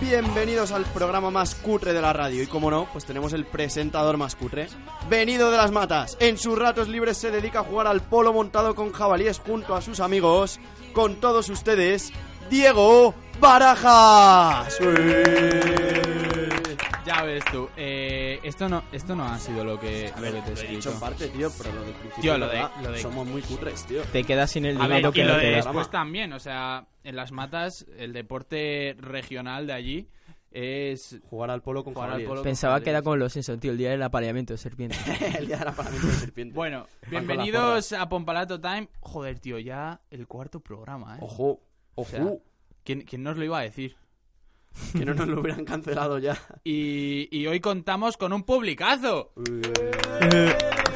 bienvenidos al programa más cutre de la radio. Y como no, pues tenemos el presentador más cutre. Venido de las matas, en sus ratos libres se dedica a jugar al polo montado con jabalíes junto a sus amigos. Con todos ustedes, Diego Barajas. Ya ves tú, eh, esto no esto no ha sido lo que, A ver, lo lo que te he he escrito. dicho en parte, tío, pero lo del principio, Tío, lo de- ¿verdad? lo de- somos muy cutres, tío. Te quedas sin el A ver, dinero y que lo no de te das. después también, o sea, en las matas, el deporte regional de allí es Jugar al polo con jugar al jabalíes. polo. con Pensaba que era jabalíes. como los Simpsons, tío, el día del apareamiento de serpientes. el día del aparamiento de serpiente. Bueno, las bienvenidos a Pompalato Time. Joder, tío, ya el cuarto programa, ¿eh? Ojo, ojo, sea, ¿Quién, quién nos lo iba a decir? que no nos lo hubieran cancelado ya. Y, y hoy contamos con un publicazo.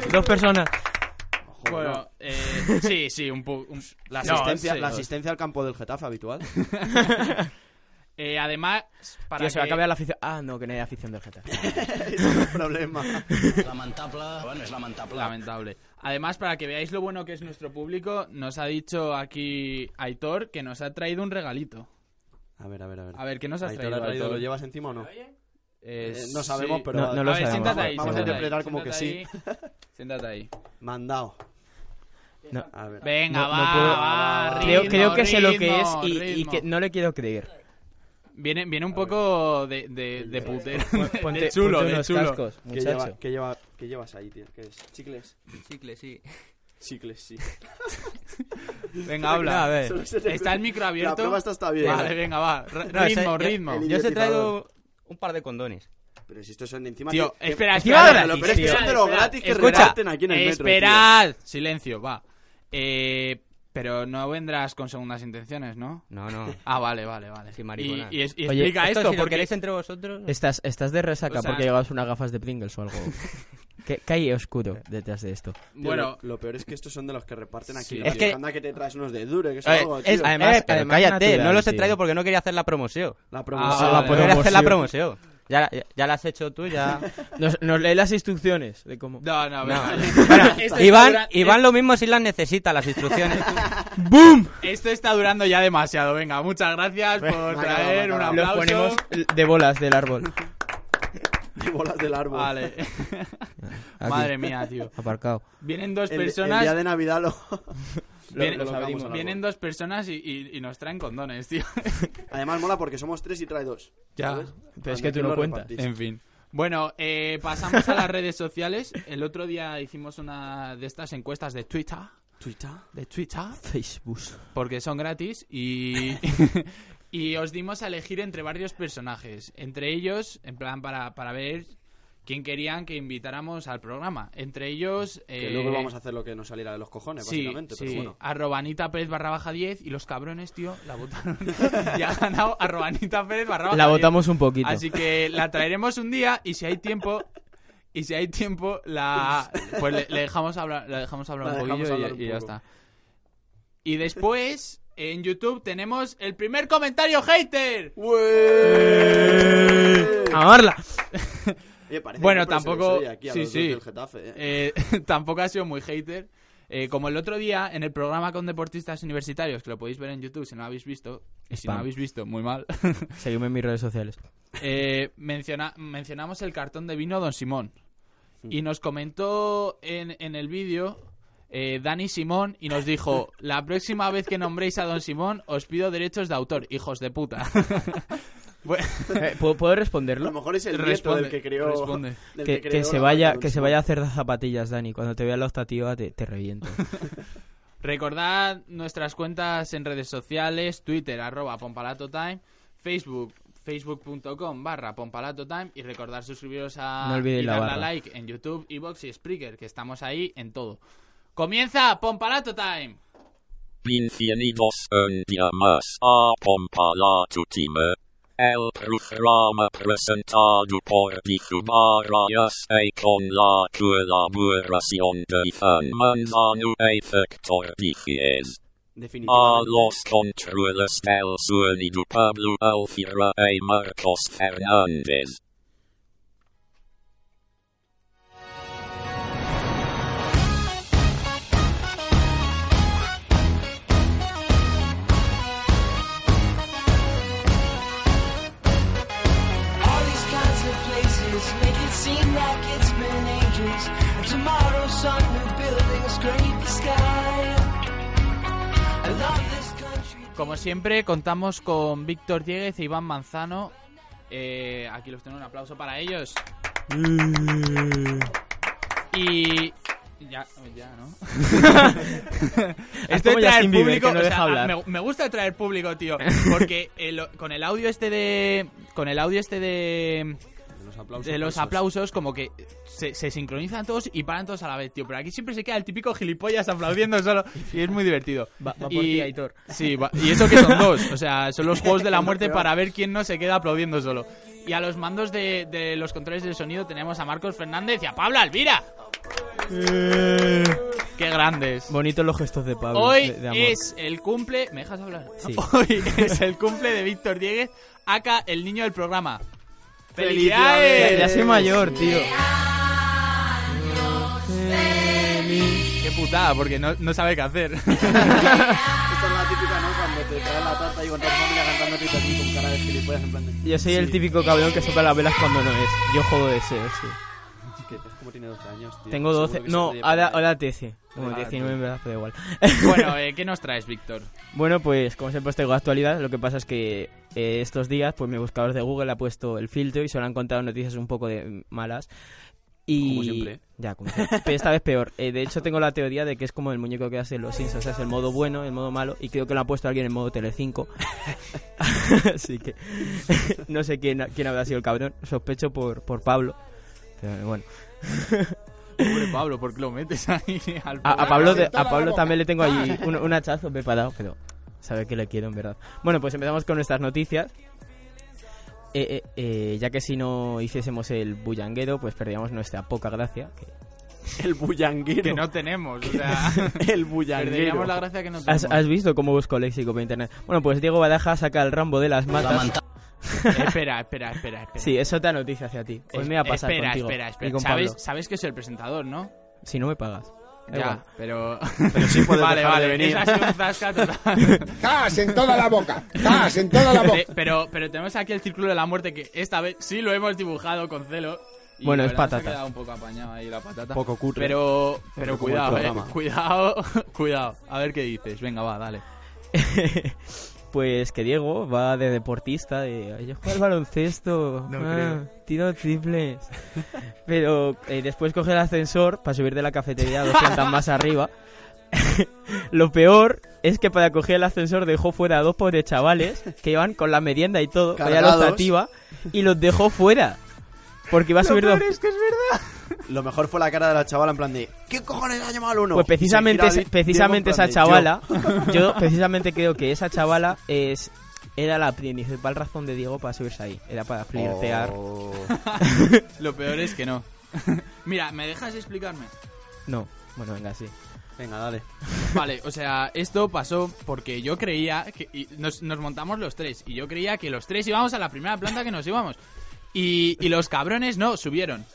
Dos personas. Ojo, no. Bueno, eh, sí, sí, un, pu- un- la, no, asistencia, sí. la asistencia al campo del Getafe habitual. Eh, además, para Tío, se va a que- cambiar la afición. Ah, no, que no hay afición del Getafe. Ese es el problema. Lamentable, bueno, es lamentable. Lamentable. Además, para que veáis lo bueno que es nuestro público, nos ha dicho aquí Aitor que nos ha traído un regalito. A ver, a ver, a ver. A ver, ¿qué nos has Aitor, traído, ha traído, Aitor? ¿Lo llevas encima o no? Eh, Eh, no sabemos, pero No, no A lo ver, sabemos. siéntate Vamos- ahí, Vamos a siéntate interpretar ahí, como que sí. siéntate ahí. Siéntate ahí. Mandado. No. A ver. Venga, No- no va, puedo- va, Creo, ritmo, creo que sé lo que es ritmo, y, y ritmo. que no le quiero creer. Viene, viene un poco de, de, de putero. Ponte, de chulo, ponte de unos chulo. cascos, ¿Qué, lleva, muchacho. qué, lleva, ¿Qué llevas ahí, tío? ¿Qué es? ¿Chicles? Chicle, sí. Chicles, sí. Venga, No, a habla. ver. Solo se te- ¿Está el micro La abierto? prueba esta está bien. Vale, venga, va. R- No, ese- Ritmo, yo- ritmo. el- Yo os he traído un par de condones. Pero si estos son de encima... Tío, que- espera, Encima espera, gratis, espera, pero es que espera, son de los espera, gratis que escucha, reparten aquí en el metro, Esperad, silencio, va. Eh, pero no vendrás con segundas intenciones, ¿no? No, no. Ah, vale, vale, vale. Sí, maricona. Y, y es- y Oye, explica esto, si lo porque queréis entre vosotros. Estás, estás de resaca O sea- porque llevas unas gafas de Pringles o algo. ¿Qué, qué hay oscuro detrás de esto? Tío, bueno, lo, lo peor es que estos son de los que reparten aquí. Sí. tío. Es que- Anda que te traes unos de dure, que son Eh, algo, es- tío. además- además, pero además cállate, natural, no los he tío. traído porque no quería hacer la promoción. La promoción. Ah, la No vale, Pero quería hacer la sí. promoción. Ya, ya, ya la has hecho tú, ya. Nos, nos lee las instrucciones de cómo. no, No. no, venga. Bueno, Esto está Iván, dura- eh, Iván lo mismo si las necesita, las instrucciones. ¡Boom! Esto está durando ya demasiado. Venga, muchas gracias por acabado, traer me un acabado. Los aplauso. ponemos de bolas del árbol. de bolas del árbol. Vale. Aquí. Madre mía, tío. Aparcado. Vienen dos El- personas. El, día de Navidad lo... vienen, lo colgamos vienen al árbol. dos personas y, y- y nos traen condones, tío. Además mola porque somos tres y trae dos. Ya, ¿sabes? pero Cuando es que tú tú no lo cuentas. repartís. En fin. Bueno, eh, pasamos a las redes sociales. El otro día hicimos una de estas encuestas de Twitter. Twitter. De Twitter. Facebook. Porque son gratis y... y os dimos a elegir entre varios personajes. Entre ellos, en plan, para, para ver quién querían que invitáramos al programa. Entre ellos... Que eh, luego vamos a hacer lo que nos saliera de los cojones, Sí, básicamente. sí. Pero bueno. Arroba Anita Pérez barra baja 10 y los cabrones, tío, la votaron. y ha ganado arroba Anita Pérez barra baja La 10. votamos un poquito. Así que la traeremos un día y si hay tiempo y si hay tiempo la pues le, le dejamos hablar la dejamos hablar La un dejamos poquillo y- hablar un y, ya poco. está. Y después en YouTube tenemos el primer comentario hater. ¡Amarla! Oye, parece Bueno, que siempre se tampoco- les oye aquí a sí, los dos sí. del Getafe, ¿eh? Eh, tampoco ha sido muy hater. Eh, como el otro día en el programa con deportistas universitarios, que lo podéis ver en YouTube si no lo habéis visto, y si no Spam. lo habéis visto, muy mal, Seguidme en mis redes sociales. Eh, menciona- mencionamos el cartón de vino Don Simón. Y nos comentó en, en el vídeo eh, Dani Simón y nos dijo, la próxima vez que nombréis a Don Simón os pido derechos de autor, hijos de puta. Bueno, Eh, ¿puedo, puedo A lo responderlo? mejor es el nieto Responde, del que creó. responde. del Que, creó que se la vaya, marca que Don se vaya a Simón. hacer las zapatillas, Dani. Cuando te vea la optativa te, te reviento. recordad nuestras cuentas en redes sociales, Twitter, arroba pompalatotime, Facebook, facebook.com barra pompalatotime y recordad suscribiros a No olvidéis y la darle a barra. like en YouTube, Evox y Spreaker, que estamos ahí en todo. Comienza Pompalato Time. Bienvenidos un día más a Pompala tu Time, el programa presentado por Bizubarayas y con la colaboración de Iván Manzano y Factor Bifies. A Definitivamente. los controles del sonido Pablo Alfira y Marcos Fernández. Let's make it seem like it's been ages. And tomorrow's sun, new buildings, great sky. I love this country. Como siempre, contamos con Víctor Dieguez e Iván Manzano. Eh, aquí los tengo un aplauso para ellos. Y. Ya, ya, ¿no? Esto de como traer Justin Bieber, público. que no o sea, ah, deja hablar. me, me gusta traer público, tío. Porque el- con el audio este de. Con el audio este de. De los aplausos. De los falsos. aplausos, como que se, se sincronizan todos y paran todos a la vez, tío. Pero aquí siempre se queda el típico gilipollas aplaudiendo solo. Y es muy divertido. Va- va por y, ti, Aitor. Sí, va- y eso que son dos. O sea, son los juegos de la muerte para ver quién no se queda aplaudiendo solo. Y a los mandos de, de los controles del sonido tenemos a Marcos Fernández y a Pablo Alvira. ¡Qué grandes! Bonitos los gestos Eh. de Pablo. Hoy de- de amor. es el cumple. ¿Me dejas hablar? Sí. Hoy es el cumple de Víctor Dieguez, acá el niño del programa. ¡Felicidades! ¡Felicidades! Ya soy mayor, tío. Qué putada, porque no, no sabe qué hacer. Esta es la típica, ¿no? Cuando te traen la tarta y con toda la familia cantando Tito Tito con cara de gilipollas en plan de... Yo soy el típico cabrón que sopla las velas cuando no es. Yo juego deseos, sí. Es que es como tiene 12 años, tío. Tengo Seguro 12. que No, siempre lleva ahora, por ahí. ahora 13. Bueno, Ah, 19 me da pero da igual. bueno, eh, ¿qué nos traes, Víctor? Bueno, pues como siempre os traigo actualidad, lo que pasa es que eh, estos días pues mi buscador de Google ha puesto el filtro y solo han contado noticias un poco de mm, malas. Y... Como siempre. Ya, como siempre. Pero esta vez peor. Eh, de hecho tengo la teoría de que es como el muñeco que hace los Sims, o sea, es el modo bueno, el modo malo, y creo que lo ha puesto alguien en modo Telecinco. Así que no sé quién, quién habrá sido el cabrón, sospecho por, por Pablo. Pero bueno, Pobre Pablo, ¿por qué lo metes ahí? al a, a pobre? Pablo, de- a Pablo también le tengo ahí un, un hachazo preparado, pero sabe que le quiero, en verdad. Bueno, pues empezamos con nuestras noticias. Eh, eh, eh, ya que si no hiciésemos el bullanguero, pues perdíamos nuestra poca gracia. que- El bullanguero. Que no tenemos, o sea... El bullanguero. Perderíamos la gracia que no tenemos. ¿Has, has visto cómo busco léxico por internet? Bueno, pues Diego Badaja saca el Rambo de las matas. Lamentable. Espera, espera, espera, espera. Sí, es otra noticia hacia ti. Hoy Es- me va a pasar espera, contigo Espera, espera, y con ¿Sabes, Pablo. sabes que soy el presentador, ¿no? Si no me pagas. Da igual. Ya, pero... Pero sí puedes vale, dejar vale, de venir. Esa ha sido un zasca total. ¡Cas en toda la boca! ¡Cas en toda la Eh, pero, pero tenemos aquí el círculo de la muerte que esta vez sí lo hemos dibujado con celo. Y Bueno, la es verdad se ha patata. quedado un poco apañado ahí la patata. Poco cutre. Pero, pero como el cuidado, eh. programa. Cuidado, cuidado. A ver qué dices. Venga, va, dale. pues que Diego va de deportista, de "Ay, yo juego al baloncesto, No ah, tiro triples. Pero eh, después coge el ascensor para subir de la cafetería a 200 más arriba. Lo peor es que para coger el ascensor dejó fuera a dos pobres chavales que iban con la merienda y todo, para ir a la Cargados. optativa, y los dejó fuera. Porque iba a subir dos, que es verdad. Lo mejor fue la cara de la chavala en plan de... ¿Qué cojones ha llamado al uno? Pues Y precisamente, se esa, gira precisamente Diego esa en plan de, chavala, yo precisamente creo que esa chavala es era la principal razón de Diego para subirse ahí. Era para "Yo". flirtear. Oh. Lo peor es que no. Mira, ¿me dejas explicarme? No, bueno, venga, sí. Venga, dale. Vale, o sea, esto pasó porque yo creía que y nos, nos montamos los tres y yo creía que los tres íbamos a la primera planta que nos íbamos y, y los cabrones no subieron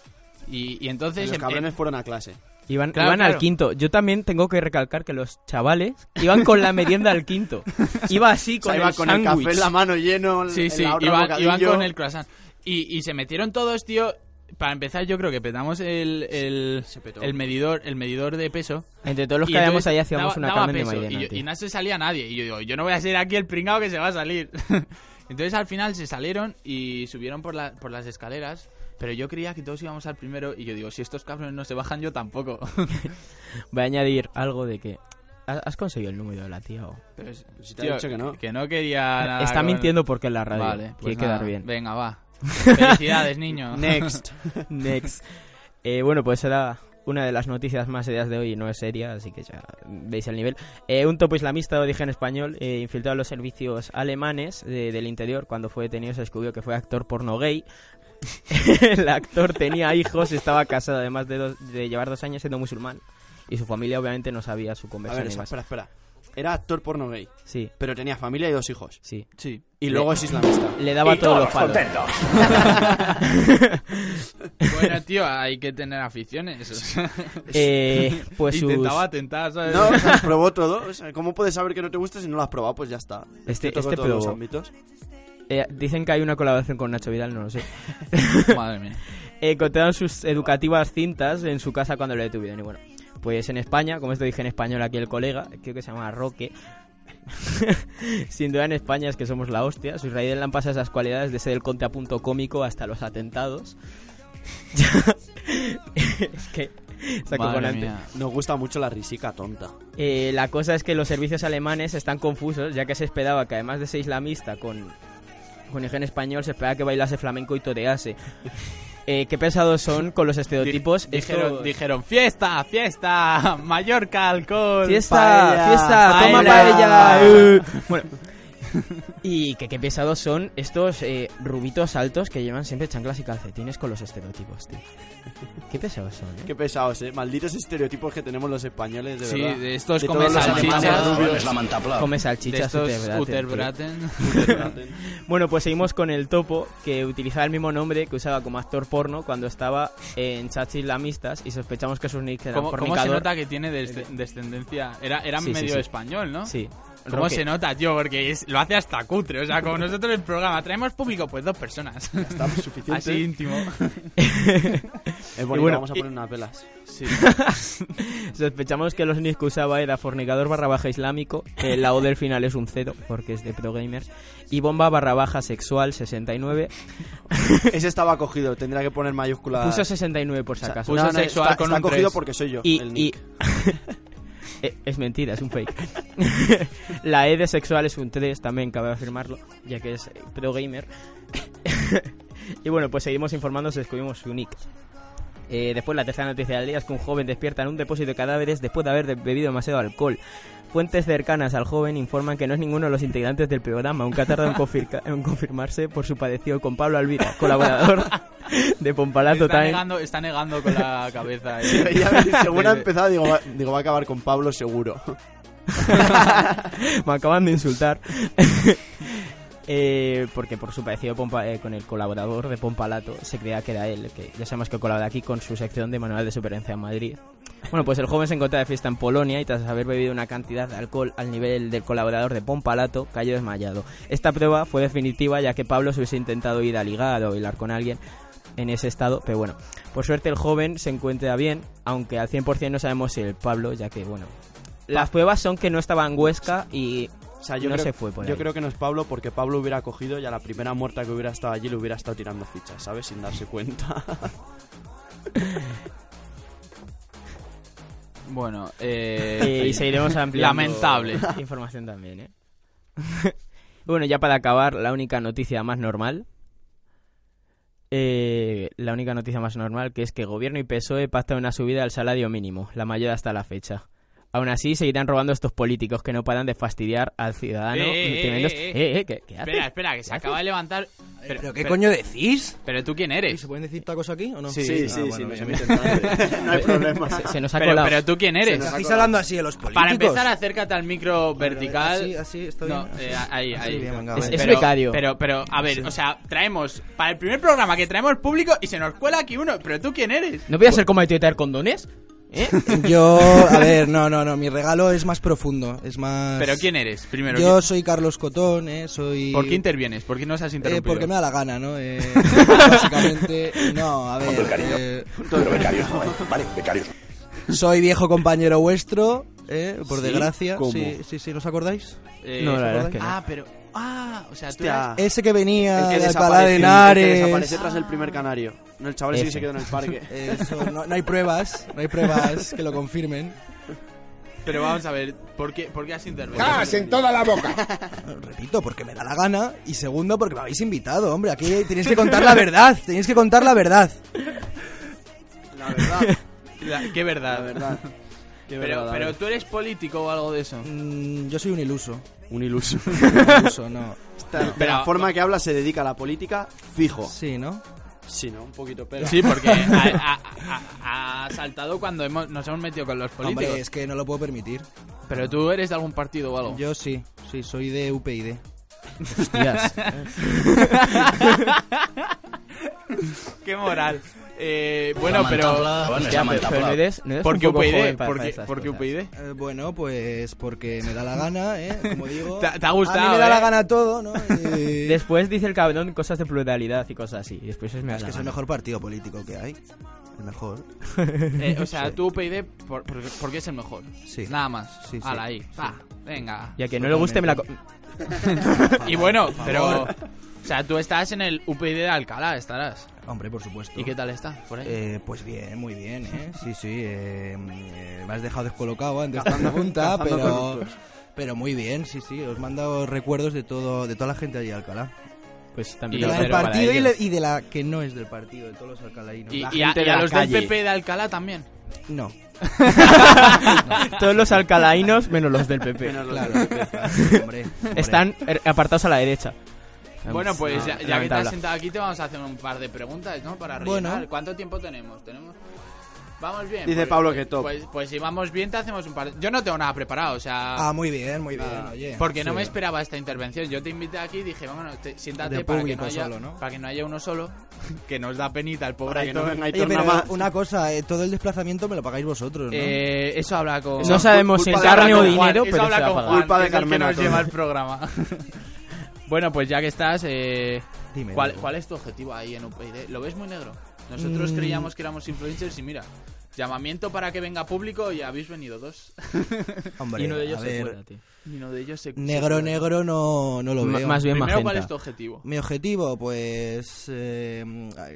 y, y entonces Los em- cabrones fueron a clase. Iban, Claro, iban claro. al quinto. Yo también tengo que recalcar que los chavales iban con la merienda al quinto. Iba así O con sea, iba el con el café sándwich. en la mano lleno, el- em, Sí, en sí, la otra iban, bocadillo. iban con el croissant. Y, y se metieron todos, tío. Para empezar, yo creo que petamos el, el, Se petó. el medidor el medidor de peso. Entre todos los Y que habíamos entonces ahí hacíamos daba- una daba carne de peso, maidena, Y, yo- tío. y no se salía nadie. Y yo digo, yo no voy a ser aquí el pringado que se va a salir. entonces al final se salieron y subieron por, la- por las escaleras. Pero yo creía que todos íbamos al primero. Y yo digo, si estos cabrones no se bajan, yo tampoco. Voy a añadir algo de que... ¿Has has conseguido el número de la tía o...? Pero es- Si te ha dicho que no. Que no quería nada. Está con- mintiendo porque es la radio. Vale, pues Quiere quedar nada. bien. Venga, va. Felicidades, niño. Next. Next. Eh, bueno, pues era una de las noticias más serias de hoy, no es seria, así que ya veis el nivel. Eh, un topo islamista de origen español, eh, infiltrado en los servicios alemanes eh, del interior, cuando fue detenido se descubrió que fue actor porno gay. el actor tenía hijos, estaba casado, además de, dos- de llevar dos años siendo musulmán. Y su familia obviamente no sabía su A conversión. ver, y espera, más. espera, espera. Era actor porno gay, Sí, pero tenía familia y dos hijos. sí. Sí. Y luego es islamista. Le daba todos, los palos. Bueno, tío, hay que tener aficiones. o sea, Eh, pues sus- Intentaba atentar, ¿sabes? No, o sea, las probó todo. O sea, ¿Cómo puedes saber que no te gusta si no lo has probado? Pues ya está. Este- Yo toco este todos los probó. ámbitos. eh, dicen que hay una colaboración con Nacho Vidal, no lo sé. Madre mía. encontraron sus educativas cintas en su casa cuando lo detuvieron. Y bueno, pues en España, como esto dije en español aquí el colega, creo que se llama Roque. Sin duda en España es que somos la hostia. Sus raíces le han pasado esas cualidades desde el contrapunto cómico hasta los atentados. es que es Madre acojonante. mía. Nos gusta mucho la risica tonta. Eh, la cosa es que los servicios alemanes están confusos, ya que se esperaba que además de ser islamista con, con origen español, se esperaba que bailase flamenco y torease. Eh, qué pesados son con los estereotipos. Dijeron, estos- dijeron, fiesta, fiesta, Mallorca, alcohol. Fiesta, paella, fiesta, toma paella". paella. eh. Bueno. Y que qué pesados son estos eh, rubitos altos que llevan siempre chanclas y calcetines con los estereotipos, tío. Qué pesados son, eh. Qué pesados, eh. Malditos estereotipos que tenemos los españoles, de Sí, verdad. de estos de comen todos los salchichas, alemanes ¿no? rubios. Bueno, és lamentable. Come De salchichas, estos Uterbraten, tío. Uterbraten. Bueno, pues seguimos con el topo, que utilizaba el mismo nombre que usaba como actor porno cuando estaba en chats islamistas y sospechamos que sus nicks eran ¿Cómo, cómo se fornicador. nota que tiene desde- descendencia? Era, era Eh, Sí, sí, medio sí. español, ¿no? Sí. ¿Cómo Roque. se nota, tío? Porque es- lo hace hasta cutre. O sea, como nosotros en el programa traemos público, pues dos personas. Está suficiente. Así íntimo. Es bonito, Y bueno, vamos a poner unas velas. Sí. Sospechamos que los nicks que usaba era fornicador barra baja islámico, eh, la O del final es un cero, porque es de pro gamers, y bomba barra baja sexual 69. Ese estaba cogido, tendría que poner mayúscula. Puso 69 por si acaso. puso sexual está, con está un cogido tres. porque soy yo. Y, el y- nick. Eh, es mentira, es un fake. la E de sexual es un 3, también cabe afirmarlo, ya que es eh, pro gamer. y bueno, pues seguimos informando, descubrimos su nick. Eh, después la tercera noticia del día es que un joven despierta en un depósito de cadáveres después de haber de- bebido demasiado alcohol. Fuentes cercanas al joven informan que no es ninguno de los integrantes del programa, aunque ha tardado en, confirca- en confirmarse por su padecido con Pablo Alvira, colaborador de Pompalato Está Time. negando, está negando con la cabeza. eh. Sí, veía venir, según ha empezado, digo va, digo, va a acabar con Pablo seguro. Me acaban de insultar. Eh, porque por su parecido pompa- eh, con el colaborador de Pompalato se creía que era él, que ya sabemos que colabora aquí con su sección de manual de supervivencia en Madrid. Bueno, pues el joven se encontraba de fiesta en Polonia y tras haber bebido una cantidad de alcohol al nivel del colaborador de Pompalato, cayó desmayado. Esta prueba fue definitiva ya que Pablo se hubiese intentado ir a ligar o hilar con alguien en ese estado, pero bueno, por suerte el joven se encuentra bien, aunque al 100% no sabemos si el Pablo, ya que bueno, las pruebas son que no estaba en Huesca y O sea, yo No creo, se fue por Yo ahí. creo que no es Pablo porque Pablo hubiera cogido y a la primera muerta que hubiera estado allí le hubiera estado tirando fichas, ¿sabes? Sin darse cuenta. Bueno, eh, Eh, y en fin. seguiremos ampliando Lamentable. información también, ¿eh? bueno, ya para acabar, la única noticia más normal. Eh, la única noticia más normal que es que Gobierno y PSOE E pactan una subida al salario mínimo, la mayor hasta la fecha. Aún así, seguirán robando estos políticos que no paran de fastidiar al ciudadano. Eh, eh, tremendos- eh, eh. Eh, eh, ¿qué, qué haces? Espera, espera, que se acaba de levantar. Pero, Eh, ¿Pero qué coño decís? pero tú quién ¿Y eres? ¿Se pueden decir tacos aquí o no? Ah, bueno, bien, bien. no hay problema. Se, se nos ha Pero, colado. pero tú quién ¿Me eres. ¿Estáis hablando así de los políticos? Para empezar, acércate al micro vertical. Así, así, está bien. No, eh, ahí, Así, ahí. bien, venga, Es- vale. es- becario. Pero, pero, a ver, o sea, traemos para el primer programa que traemos público y se nos cuela aquí uno. Pero tú quién eres? ¿No voy a ser como el tío de traer condones? ¿Eh? Yo, a ver, no, no, no, mi regalo es más profundo, es más... Pero quién eres, primero. Yo soy Carlos Cotón, eh, soy... ¿Por qué intervienes? ¿Por qué nos has Eh, interrumpido? porque me da la gana, ¿no? Eh, básicamente, no, a ver... eh, Però becarios no, eh? Vale, becarios no. soy viejo compañero vuestro, eh, por ¿Sí? desgracia. ¿Cómo? Sí, sí, sí, ¿nos acordáis? Eh, No, la verdad es que no. Ah, pero. Ah, o sea, tú Hostia. Ese que El venía que de Alcalá desapareció, de el que Henares... desaparece tras el primer canario. No, el chaval sí que Ese. se quedó en el parque. Eso, no, no hay pruebas, no hay pruebas que lo confirmen. eres- Pero vamos a ver, ¿por qué, por qué has intervenido? ¡Cas en toda la boca! Repito, porque me da la gana. Y segundo, porque me habéis invitado, hombre. Aquí tenéis que contar la verdad. Tenéis que contar la verdad. La verdad, La- qué verdad, la verdad. Qué Pero, verdad, pero la tú eres político o algo de eso. Mm, yo soy un iluso. Un iluso. Un iluso, no. De la Pero- forma que habla se dedica a la política fijo. Sí, ¿no? Sí, ¿no? Un poquito pero. Sí, porque ha, ha- ha- ha saltado cuando hemos- nos hemos metido con los políticos. Hombre, es que no lo puedo permitir. Pero tú eres de algún partido o algo. Yo sí, sí, soy de UPyD. Hostias. Qué moral. Eh, bueno, pero... Ya, pero no eres- no eres ¿Por un qué poco UPyD? joven para ¿Por hacer qué- estas ¿Por qué cosas. UPyD? Eh, bueno, pues porque me da la gana, ¿eh? Como digo. Te ha- te ha A mí gustado, me da la ¿eh? gana todo, ¿no? Y- Después dice el cabrón cosas de pluralidad y cosas así. y después es, me da Es la que es el gana. mejor partido político que hay. El mejor. Eh, o sea, tu UPyD, por, por- porque es el mejor. Sí. Nada más. Sí, sí. Hala, ahí. Pa, venga. Y a que no le guste me la... co- Y bueno, favor. pero... O sea, tú estás en el UPyD de Alcalá, estarás. Hombre, por supuesto. ¿Y qué tal está? Por ahí. Eh, pues bien, muy bien, ¿eh? Sí, sí. eh, eh, me has dejado descolocado antes de la pregunta, cazando pero, corruptos. pero muy bien, sí, sí. Os mando recuerdos de todo, de toda la gente allí de Alcalá. Pues Y también... la lo la del quiero para partido y, ellos. la- y de la que no es del partido, de todos los alcalainos. y La- y a, gente y de a la los calle. del PP de Alcalá también. No, Todos los alcalainos menos los del PP. claro. hombre, hombre. Están er, apartados a la derecha. Em, Ah, Bueno, ah, pues ya, ya que te has Lamentable. sentado aquí, te vamos a hacer un par de preguntas, ¿no? Para Bueno. rellenar. ¿Cuánto tiempo tenemos? ¿Tenemos? ¿Vamos bien? Dice Pues- Pablo que top. Pues, pues si vamos bien, te hacemos un par de... Yo no tengo nada preparado, o sea... Ah, muy bien, muy bien, oye. porque no Sí. me esperaba esta intervención. Yo te invité aquí y dije, vámonos, te- siéntate De para que, público no haya, solo, ¿no? para que no haya uno solo, que nos da penita el pobre Para que no Aitor. venga Oye, Aitor pero nada más. una cosa, eh, todo el desplazamiento me lo pagáis vosotros, ¿no? Eh, eso habla con... No sabemos si en culpa de carne o Rajoy, Juan, dinero, eso pero habla se va a con pagar. Juan, Culpa que de es el que Carmena, nos todo. lleva el programa. bueno, pues ya que estás, eh, Dime, ¿cuál, Diego. cuál es tu objetivo ahí en UPyD? ¿Lo ves muy negro? Nosotros creíamos que éramos influencers y mira, llamamiento para que venga público y habéis venido dos. Hombre, Y uno de ellos a se ver, fuera, tío. Y uno de ellos se... Negro, negro no, no lo M- veo. Más bien Primero, ¿cuál magenta. es tu objetivo? Mi objetivo, pues eh,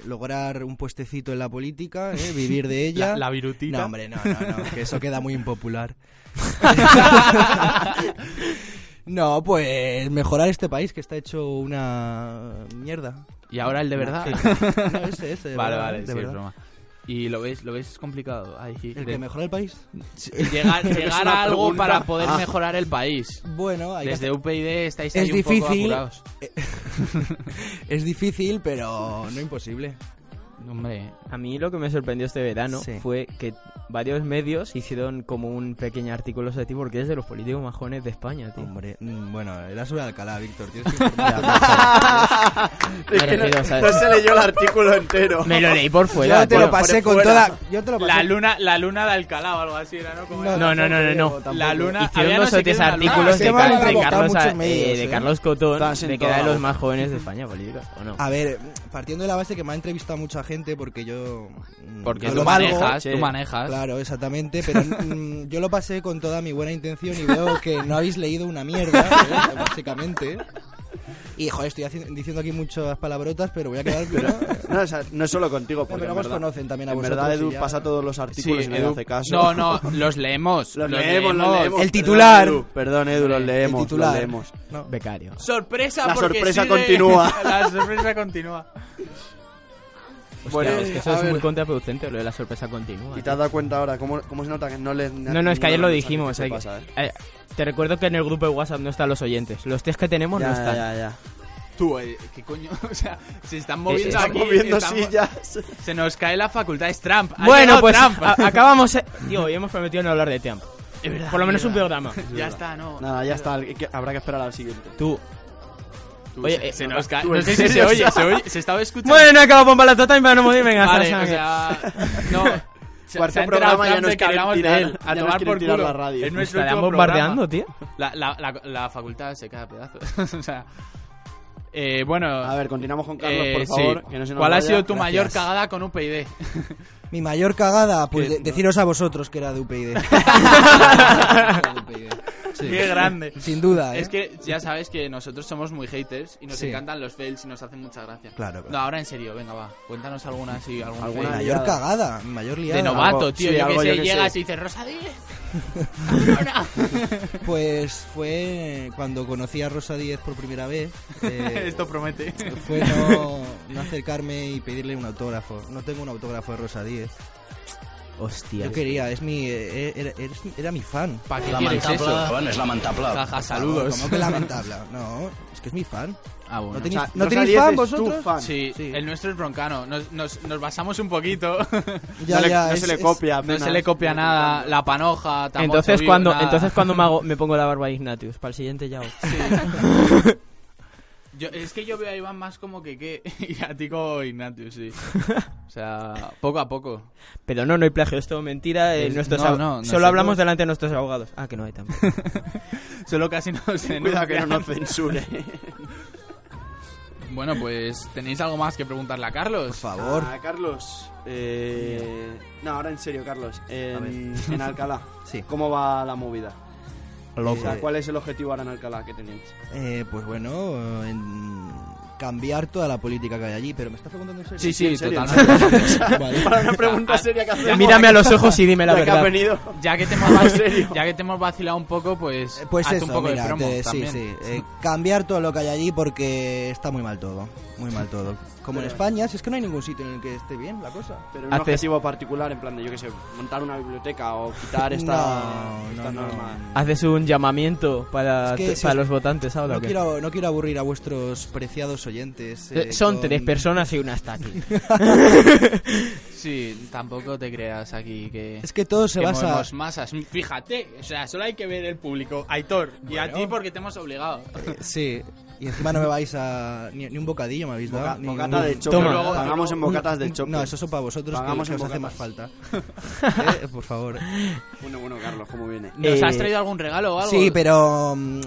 lograr un puestecito en la política, eh, vivir de ella. La- la virutita. No, hombre, no, no, no, que eso queda muy impopular. no, pues mejorar este país que está hecho una mierda. Y ahora el de verdad. No, ese, ese, de vale, verdad, vale, de sí, es verdad. broma. Y lo ves, lo ves complicado. Ay, ¿El de- que mejora el país? Llegar, llegar una a algo pregunta. para poder Ah. mejorar el país. Bueno, hay que Desde UPyD estáis Es ahí un difícil. poco apurados. Es difícil, pero no imposible. Hombre, A mí lo que me sorprendió este verano Sí. fue que varios medios hicieron como un pequeño artículo sobre ti porque eres de los políticos más jóvenes de España, tío. Hombre, mm, bueno, era sobre Alcalá, Víctor. Tienes que informarte. Es que no- refiero, no ¿sabes? se leyó el artículo entero. Me lo leí por fuera. Yo te lo tío. pasé con fuera. toda. Yo te lo pasé. La luna, la luna de Alcalá o algo así era, ¿no? Como era. No, no, no, no, no. Tampoco. La luna. Hicieron había unos no sé qué otros de una luna. artículos se de, me ha Car- de dado la boca Carlos, muchos eh, medios, de eh. Carlos Cotón Estás en de que era de toda la los más jóvenes de España, políticos. ¿O no? A ver, partiendo de la base que me ha entrevistado mucha gente porque yo. mm, Porque yo tú lo valgo, manejas, che. tú manejas. Claro, exactamente, pero mm, yo lo pasé con toda mi buena intención y veo que no habéis leído una mierda, ¿eh? básicamente. Y, joder, estoy haci- diciendo aquí muchas palabrotas, pero voy a quedar... ¿no? No, o sea, no es solo contigo, porque pero en luego os verdad- conocen también a En vosotros verdad, y Edu ya- pasa todos los Sí, artículos y nadie Edu- hace caso. No, no, los leemos. Los leemos, los leemos. El titular. Perdón, Edu, Perdón, Edu, los leemos. El titular. Los leemos. No. Becario. Sorpresa, La porque sorpresa sigue- continúa. La sorpresa continúa. Bueno, Bueno, es que a eso es ver. muy contraproducente, lo de la sorpresa continua. Y te has dado cuenta ahora, ¿cómo, cómo se nota que no les... No, no, es que ayer lo dijimos. ¿Qué hay que- pasa, eh? eh, te recuerdo que en el grupo de WhatsApp no están los oyentes. Los tres que tenemos Ya, no están. ya, ya. Tú, eh, ¿qué coño? O sea, se están Se moviendo están aquí. Eh, Moviendo están- sillas. Se nos cae la facultad, es Trump. Ha Bueno, llegado pues Trump. a- acabamos. eh, Tío, hoy hemos prometido no hablar de Trump. Por lo menos un programa. Ya está, no. Nada, ya está. hay que- Habrá que esperar al siguiente. Tú. Tú, Oye, se, eh, se nos cae. tú, No ¿en sé si se serio? oye, se oye, se estaba escuchando. Bueno, acabo bomba la tota y me van a morir. Venga, vale, hasta- o sea, no. Se, Cuarto se ha enterado programa ya Trump de nos que quieren hablamos de tirar- él. ya A nos tomar quieren por tirar culo. la radio. Es Nos nuestro Estarán último bombardeando, programa. tío. La, la, la, la facultad se cae a pedazos. o sea, eh, bueno. A ver, continuamos con Carlos, eh, por sí. favor. Que no se nos ¿Cuál vaya. ha sido tu Gracias. mayor cagada con UPyD? Mi mayor cagada, pues Que de- no- deciros a vosotros que era de UPyD. Sí. Qué grande. Sin duda, ¿eh? Es que ya sabes que nosotros somos muy haters y nos Sí. encantan los fails y nos hacen mucha gracia. Claro, claro. No, ahora en serio, venga, va. Cuéntanos alguna, sí, algún Alguna fail. liada. Mayor cagada, mayor liada. De novato, algo- tío. sí, yo que algo yo sé, que llegas sé. y dices, Rosa 10. Pues fue cuando conocí a Rosa Díez por primera vez. eh, Esto promete. fue no, no acercarme y pedirle un autógrafo. No tengo un autógrafo de Rosa Díez. Hostia. Yo quería, es mi, eh, era, eres- era mi fan. ¿Para qué quieres eso? Bueno, es lamentable. Jaja, saludos. Como que lamentable. No, es que es mi fan. Ah, bueno. No O tenéis, sea, ¿no Rosa tenéis Díez fan es vosotros. tu fan. Sí, Sí. el nuestro es broncano. Nos, nos, nos basamos un poquito. Ya, no le- ya, no es- se le es- copia. no apenas. se le copia nada. La panoja, tampoco Entonces vi cuando, nada. entonces cuando me, hago- me pongo la barba de Ignatius, para el siguiente ya. Yo- es que yo veo a Iván más como que qué. Y a ti como Ignacio, sí. O sea, poco a poco. Pero no, no hay plagio, es todo mentira. eh, Es- nuestros no, ab- no, Solo nosotros- hablamos delante de nuestros abogados. Ah, que no hay tampoco. Solo casi no se Cuidado que no nos censure. Bueno, pues tenéis algo más que preguntarle a Por Carlos. favor. Ah, Carlos. eh, No, ahora en serio, Carlos. En, en Alcalá. Sí. ¿Cómo va la movida? O sea, Eh, ¿cuál es el objetivo ahora en Alcalá que tenéis? eh, pues bueno, en cambiar toda la política que hay allí. Pero me estás preguntando en serio. Sí, sí, ¿En serio? Ah, totalmente. Vale. Para una pregunta seria que hacemos. Mírame a los ojos y dime la ya que has verdad. venido. Ya que, te hemos vac- ¿En serio? ya que te hemos vacilado un poco, pues, Eh, Pues hazte eso, un poco mira, de promo te- sí, también. sí. Eh, cambiar todo lo que hay allí porque está muy mal todo. Muy mal todo. Como en Pero- España, si es que no hay ningún sitio en el que esté bien la cosa. Pero un Haces- objetivo particular, en plan de, yo qué sé, montar una biblioteca o quitar esta, No, esta no, no. norma. Haces un llamamiento para, Es que t- si para os- los votantes ahora. o No qué? quiero, no quiero aburrir a vuestros preciados oyentes. Eh, eh, Son con- tres personas y una está aquí. Sí, tampoco te creas aquí que... Es que todo se que basa. movemos masas. Fíjate, o sea, solo hay que ver el público. Aitor, y a ti porque te hemos obligado. eh, Sí, y encima no me vais a. Ni, ni un bocadillo me habéis dado. Boca- ni bocata un- de chope. Toma. Luego pagamos en bocatas de chope. No, eso son para vosotros que, Pagamos que en os hace más falta. bocatas. Eh, por favor. Bueno, bueno, Carlos, ¿cómo viene? ¿Nos Eh, has traído algún regalo o algo? Sí, pero. mm,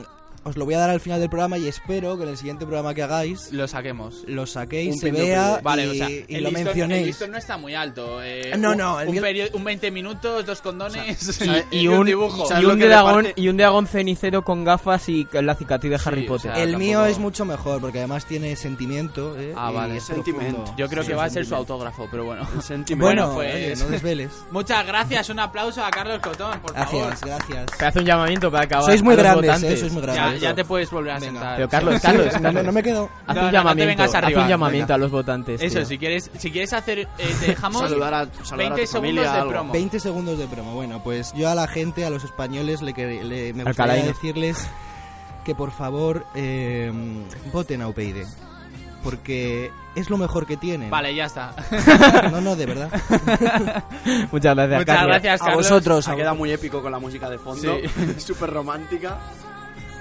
os lo voy a dar al final del programa y espero que en el siguiente programa que hagáis Lo saquemos. lo saquéis, Un se pin de vea privilegio. Vale, y, o sea, el, y lo listón, el mencionéis. listón no está muy alto. eh, No, un- no, el Un, guion- peri- un 20 minutos, dos condones sea, y, y un, dibujo. ¿sabes y lo un que dragón, reparte? y un dragón cenicero con gafas y la cicatriz de Sí, Harry o Potter. sea, El tampoco- mío es mucho mejor porque además tiene sentimiento. eh, Ah, y vale. es profundo. Sentimiento. Yo creo Sí, que es va a ser sentimiento. su autógrafo, pero bueno. El sentimiento. Bueno, Bueno, pues- oye, no desveles. Muchas gracias, un aplauso a Carlos Cotón, por favor. Gracias, gracias. Te hace un llamamiento para acabar. Sois muy a los grandes, votantes. eh, sois muy Ya, grandes. ya te puedes volver a Venga. sentar. Pero Carlos, Carlos, No, no, Carlos, no me quedo. Haz No, no, no un te llamamiento, vengas haz arriba. un llamamiento Venga. a los votantes. Eso, tío. si quieres, si quieres hacer, eh, te dejamos Saludar a, saludar a 20 tu familia. segundos de algo. promo. 20 segundos de promo. Bueno, pues yo a la gente, a los españoles, le, que- le- me gustaría Alcalainos. decirles que por favor eh, voten a UPyD. Porque es lo mejor que tienen. Vale, ya está. No, no, de verdad. Muchas gracias, Muchas Carlos. gracias, a Carlos. vosotros. Ha a- quedado muy épico con la música de fondo. Sí. Súper romántica.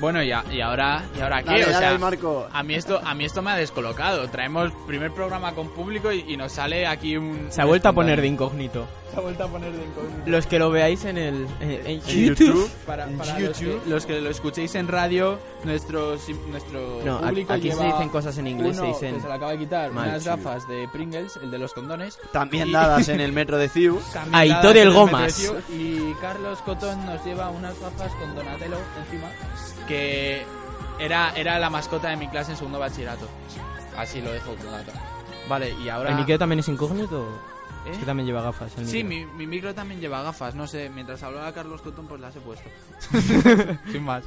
Bueno, y, a- y ahora, ¿y ahora qué? Dale, o dale, sea, Marco. a mí esto, a mí esto me ha descolocado. Traemos primer programa con público y, y nos sale aquí un. Se ha vuelto a poner de incógnito. Se ha vuelto a poner de incógnito. Los que lo veáis en el en, en En YouTube. Para, En para los, que, YouTube. los que lo escuchéis en radio, nuestro si- nuestro No, a- público aquí se lleva dicen cosas en inglés, se uno dicen- que se le acaba de quitar Mal, unas sí. gafas de Pringles, el de los condones. También Y- dadas en el metro de Ciu. También Aitor dadas el en Gomas. medio, Y Carlos Cotón nos lleva unas gafas con Donatello encima, que era, era la mascota de mi clase en segundo bachillerato. Así lo dejo como dato. Vale, y ahora... ¿El Miquel también es incógnito? ¿Eh? Es que también lleva gafas. el Sí, Miquel. mi, mi micro también lleva gafas, no sé, mientras hablaba Carlos Cotón pues las he puesto. Sin más.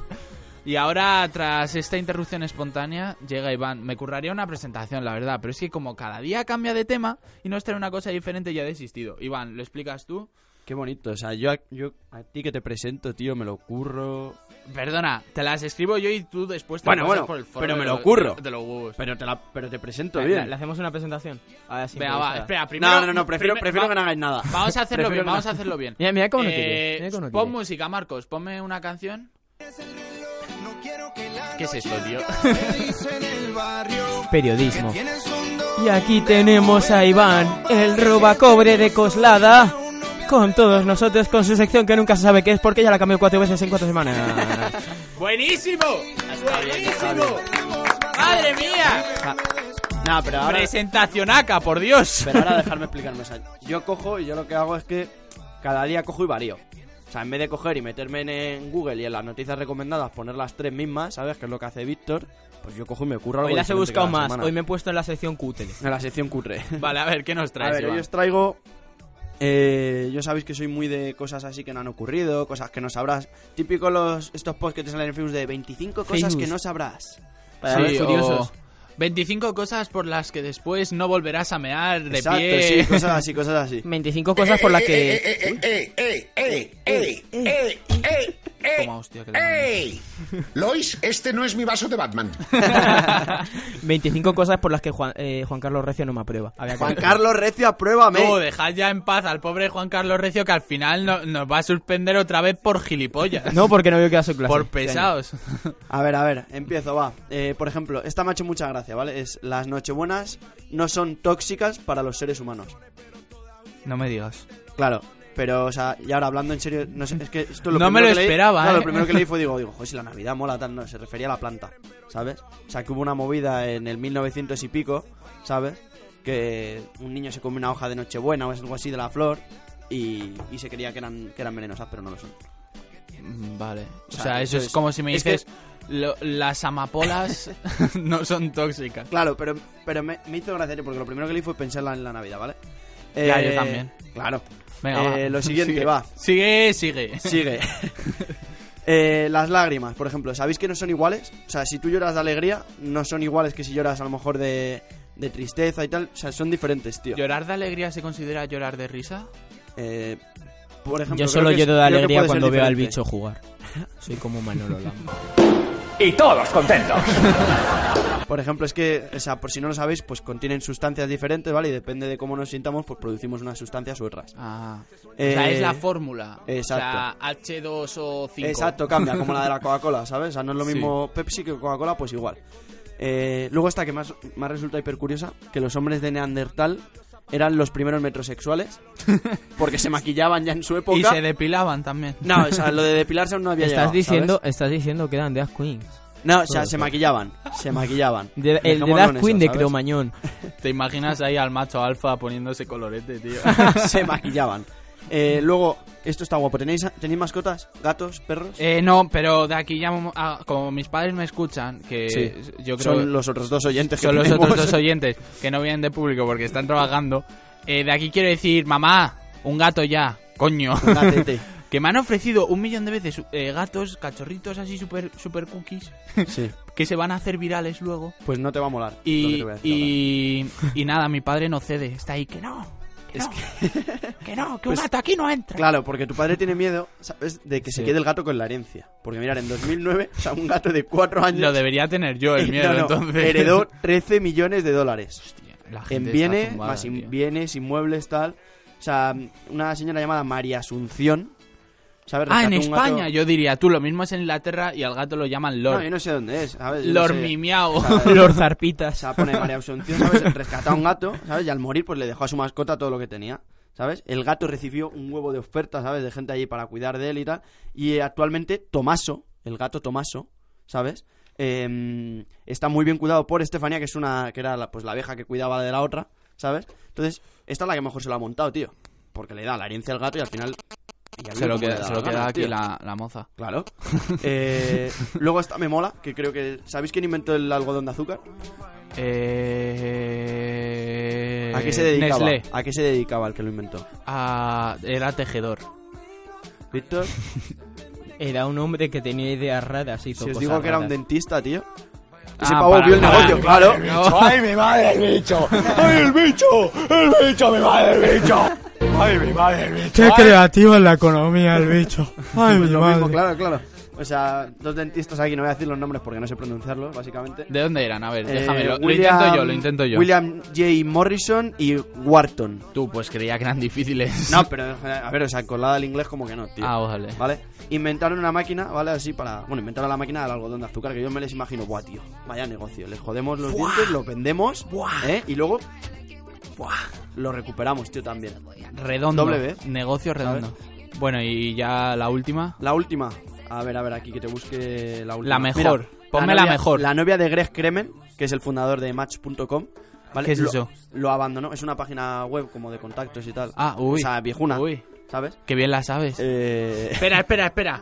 Y ahora, tras esta interrupción espontánea, llega Iván. Me curraría una presentación, la verdad, pero es que como cada día cambia de tema y nos trae una cosa diferente, ya he desistido. Iván, ¿lo explicas tú? Qué bonito. O sea, yo, a- yo a ti que te presento, tío, me lo curro. Perdona, te las escribo yo y tú después te Bueno, pasas bueno, por el foro pero de me los- lo curro. De los huevos. Pero te, la, pero te presento Venga, bien. ¿Le hacemos una presentación? Ahora sí. Venga, va, improvisada. espera, primero. No, no, no, prefiero, primer- prefiero va- que no hagáis nada. Vamos a hacerlo Prefiero bien, que no- vamos a hacerlo bien. Mira, mira cómo no Eh, quiere. Mira cómo no pon quiere. música, Marcos, ponme una canción. ¿Qué es esto, tío? Periodismo. Y aquí tenemos a Iván, el robacobre de Coslada. Con todos nosotros, con su sección que nunca se sabe qué es porque ya la cambió cuatro veces en cuatro semanas. ¡Buenísimo! ¡Buenísimo! ¡Madre mía! Nah, pero ahora, Presentacionaca, por Dios. pero ahora dejarme explicarme. O sea, yo cojo y yo lo que hago es que cada día cojo y varío. O sea, en vez de coger y meterme en- en Google y en las noticias recomendadas poner las tres mismas, ¿sabes? Que es lo que hace Víctor, pues yo cojo y me curro algo Hoy las he diferente buscado cada más, semana. hoy me he puesto en la sección cutre. En la sección cutre. Vale, a ver, ¿qué nos traes, a ver, Iván? hoy os traigo. eh, yo sabéis que soy muy de cosas así que no han ocurrido, cosas que no sabrás. Típico los, estos posts que te salen en Facebook de 25 cosas Facebook. que no sabrás. Para Sí, ver, o curiosos. 25 cosas por las que después no volverás a mear de Exacto, pie. sí, cosas así, cosas así. 25 cosas por las que... ¡Eh, eh, eh, eh, eh, eh, eh, eh, eh, eh, Toma, hostia, que le mando. ¡Ey! Lois, este no es mi vaso de Batman. 25 cosas por las que Juan, eh, Juan Carlos Recio no me aprueba. Había que- Juan Carlos Recio, apruébame. Tú, dejad ya en paz al pobre Juan Carlos Recio que al final no- nos va a suspender otra vez por gilipollas. No, porque no veo que a su clase. por pesados. A ver, a ver, empiezo, va. Eh, por ejemplo, esta me ha hecho mucha gracia, ¿vale? Es las nochebuenas no son tóxicas para los seres humanos. No me digas. Claro, pero, o sea, y ahora hablando en serio, no sé, es que esto lo No primero me lo que leí- esperaba, claro, ¿eh? lo primero que leí fue, digo, digo, joder, si la Navidad mola tal, no, se refería a la planta, ¿sabes? O sea, que hubo una movida en el 1900 y pico, ¿sabes? Que un niño se come una hoja de nochebuena o algo así de la flor y, y se creía que eran, que eran venenosas, pero no lo son. Mm, Vale. O sea, O sea, eso eso es es- como si me es que- dices lo- las amapolas no son tóxicas. Claro, pero, pero me, me hizo gracia porque lo primero que leí fue pensarla en la Navidad, ¿vale? Eh, Ya, yo también. Claro. Venga, Eh, va. Lo siguiente, Sigue. va. Sigue, sigue. Sigue. Eh, las lágrimas, por ejemplo, ¿sabéis que no son iguales? O sea, si tú lloras de alegría, no son iguales que si lloras a lo mejor de, de tristeza y tal. O sea, son diferentes, tío. ¿Llorar de alegría se considera llorar de risa? Eh, por ejemplo, Yo solo creo que es- lloro de creo que alegría puede ser cuando veo al diferente. bicho jugar. Soy como Manolo Lama. Y todos contentos. Por ejemplo, es que, o sea, por si no lo sabéis, pues contienen sustancias diferentes, ¿vale? Y depende de cómo nos sintamos, pues producimos unas sustancias u otras. Ah. Eh, o sea, es la fórmula. exacto. O sea, H2O5. Exacto, cambia, como la de la Coca-Cola, ¿sabes? O sea, no es lo Sí. mismo Pepsi que Coca-Cola, pues igual. Eh, luego esta que más, más resulta hipercuriosa, que los hombres de Neandertal eran los primeros metrosexuales, porque se maquillaban ya en su época. Y se depilaban también. No, o sea, lo de depilarse aún no había Estás llegado, diciendo, ¿sabes? estás diciendo que eran Dead Queen. No, o sea, Pues, se maquillaban, se maquillaban. De- el de Dejémoslo Dead en Queen eso, de ¿sabes? Cromañón. ¿Te imaginas ahí al macho alfa poniéndose colorete, tío? se maquillaban. Eh, luego, esto está guapo. ¿Tenéis, ¿Tenéis mascotas? ¿Gatos? ¿Perros? Eh, no, pero de aquí ya, ah, como mis padres me escuchan, que Sí. yo creo Son los otros dos oyentes que que son los tenemos. otros dos oyentes que no vienen de público porque están trabajando, eh, de aquí quiero decir, mamá, un gato ya, coño. Gatete. que me han ofrecido un millón de veces eh, gatos, cachorritos así super, super cookies, Sí. que se van a hacer virales luego. Pues no te va a molar. lo que Y, te voy a decir ahora. y, y nada, mi padre no cede, está ahí, que no, que no, que... no, que un gato aquí no entra. Pues Claro, porque tu padre tiene miedo, ¿sabes? De que se quede el gato con la herencia. Porque mirar, en 2009, o sea, un gato de 4 años Lo debería tener yo el No, miedo, no, entonces. heredó 13 millones de dólares. La gente En está bienes, zumbada, más in- tío. bienes, inmuebles, tal. O sea, una señora llamada María Asunción, ¿sabes? Ah, en Rescató un gato- España, yo diría, tú lo mismo es en Inglaterra y al gato lo llaman No, Lord. yo no sé dónde es, ¿sabes? Yo no Lord sé. Mimiao. Los O zarpitas. sea, pone María Asunción, ¿sabes? Rescató a un gato, ¿sabes? Y al morir, pues le dejó a su mascota todo lo que tenía, ¿sabes? El gato recibió un huevo de ofertas, ¿sabes? De gente allí para cuidar de él y tal. Y eh, actualmente Tomaso, el gato Tomaso, ¿sabes? Eh, está muy bien cuidado por Estefanía, que es una que era la, pues la abeja que cuidaba de la otra, ¿sabes? Entonces, esta es la que mejor se lo ha montado, tío. Porque le da la herencia al gato y al final... ella Se vive lo como le queda, da se la lo gana, queda aquí tío. la, la moza. Claro. Eh, luego esta me mola, que creo que... ¿Sabéis quién inventó el algodón de azúcar? Eh... ¿A qué se dedicaba? Nestlé. ¿A qué se dedicaba el que lo inventó? Ah, era tejedor. Víctor, Era un hombre que tenía ideas raras y si os digo que era un dentista, tío. Ese Ah, pavo para- vio el para- negocio, claro. ¡Ay, mi madre, el bicho! ¡Ay, el bicho! ¡El bicho, mi madre, el bicho! ¡Ay, mi madre, el bicho! Qué creativo en la economía, el bicho. Ay, Pues lo mismo, claro, claro. O sea, dos dentistas aquí, no voy a decir los nombres porque no sé pronunciarlos, básicamente. ¿De dónde eran? A ver, Eh, déjamelo. William- lo intento yo, lo intento yo. William J. Morrison y Wharton. Tú, pues creía que eran difíciles. No, pero a ver, o sea, colada al inglés como que no, tío. Ah, vale. ¿Vale? Inventaron una máquina, ¿vale? Así para. Bueno, inventaron la máquina del algodón de azúcar, que yo me les imagino, buah, tío. Vaya negocio. Les jodemos los dientes, los vendemos, ¿eh? Y luego. Buah, lo recuperamos, tío, también. Redondo. Doble B. Negocio redondo. Bueno, y ya la última. La última. A ver, a ver, aquí que te busque la última. La mejor. Ponme la novia- mejor. La novia de Greg Kremen, que es el fundador de Match.com. ¿vale? ¿Qué es lo, eso? Lo abandonó. Es una página web como de contactos y tal. Ah, uy. O sea, viejuna. Uy, ¿Sabes? qué bien la sabes. Eh, Espera, espera, espera.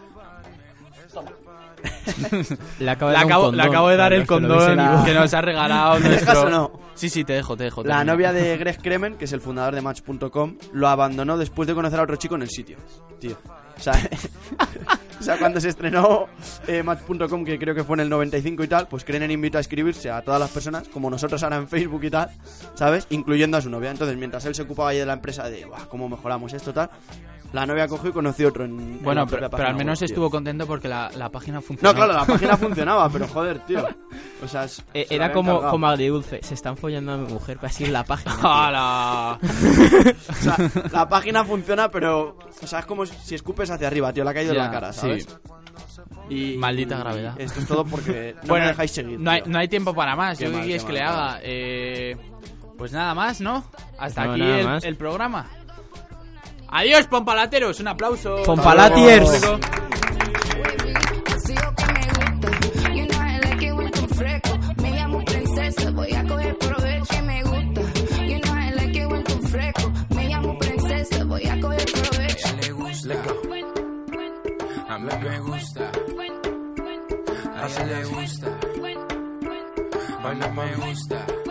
Le acabo Le de, dar un acabo, le condón, acabo de dar para el los que lo condón viesen en vivo. que nos ha regalado ¿Me dejas nuestro... o no? Sí, sí, te dejo, te dejo. La termina. novia de Greg Kremen, que es el fundador de Match.com, lo abandonó después de conocer a otro chico en el sitio. Tío. O sea, o sea, cuando se estrenó eh, Match.com, que creo que fue en el 95 y tal, pues Kremen invita a escribirse a todas las personas, como nosotros ahora en Facebook y tal, ¿sabes? Incluyendo a su novia. Entonces, mientras él se ocupaba ahí de la empresa de, "Buah, ¿cómo mejoramos esto tal? La novia cogió y conoció otro en. en Bueno, la propia pero, pero página al web, menos tío. estuvo contento porque la, la página funcionó. No, claro, la página funcionaba, pero joder, tío. O sea, es- E-, Eh, se la Era habían como, cargado. como agridulce. Se están follando a mi mujer para así en la página. tío. ¡Hala! O sea, la página funciona, pero. O sea, es como si escupes hacia arriba, tío. Le ha caído en Ya, la cara, sí. ¿sabes? Y, Maldita y gravedad. Esto es todo porque no Bueno, me dejáis seguir. No hay, tío. no hay tiempo para más. Qué Yo qué mal, quieres qué que le mal, haga. Eh, pues nada más, ¿no? Hasta no, aquí nada el, más. el programa. Adiós, Pompalateros. Un aplauso. Pompalatiers. Hasta luego. Sigo que me gusta, y una vez le que voy con fresco, me llamo princesa, voy a coger provecho que me gusta, y una vez le que voy con fresco, me llamo princesa, voy a coger provecho. le gusta. A mí me gusta. A ella le gusta. A mí me gusta.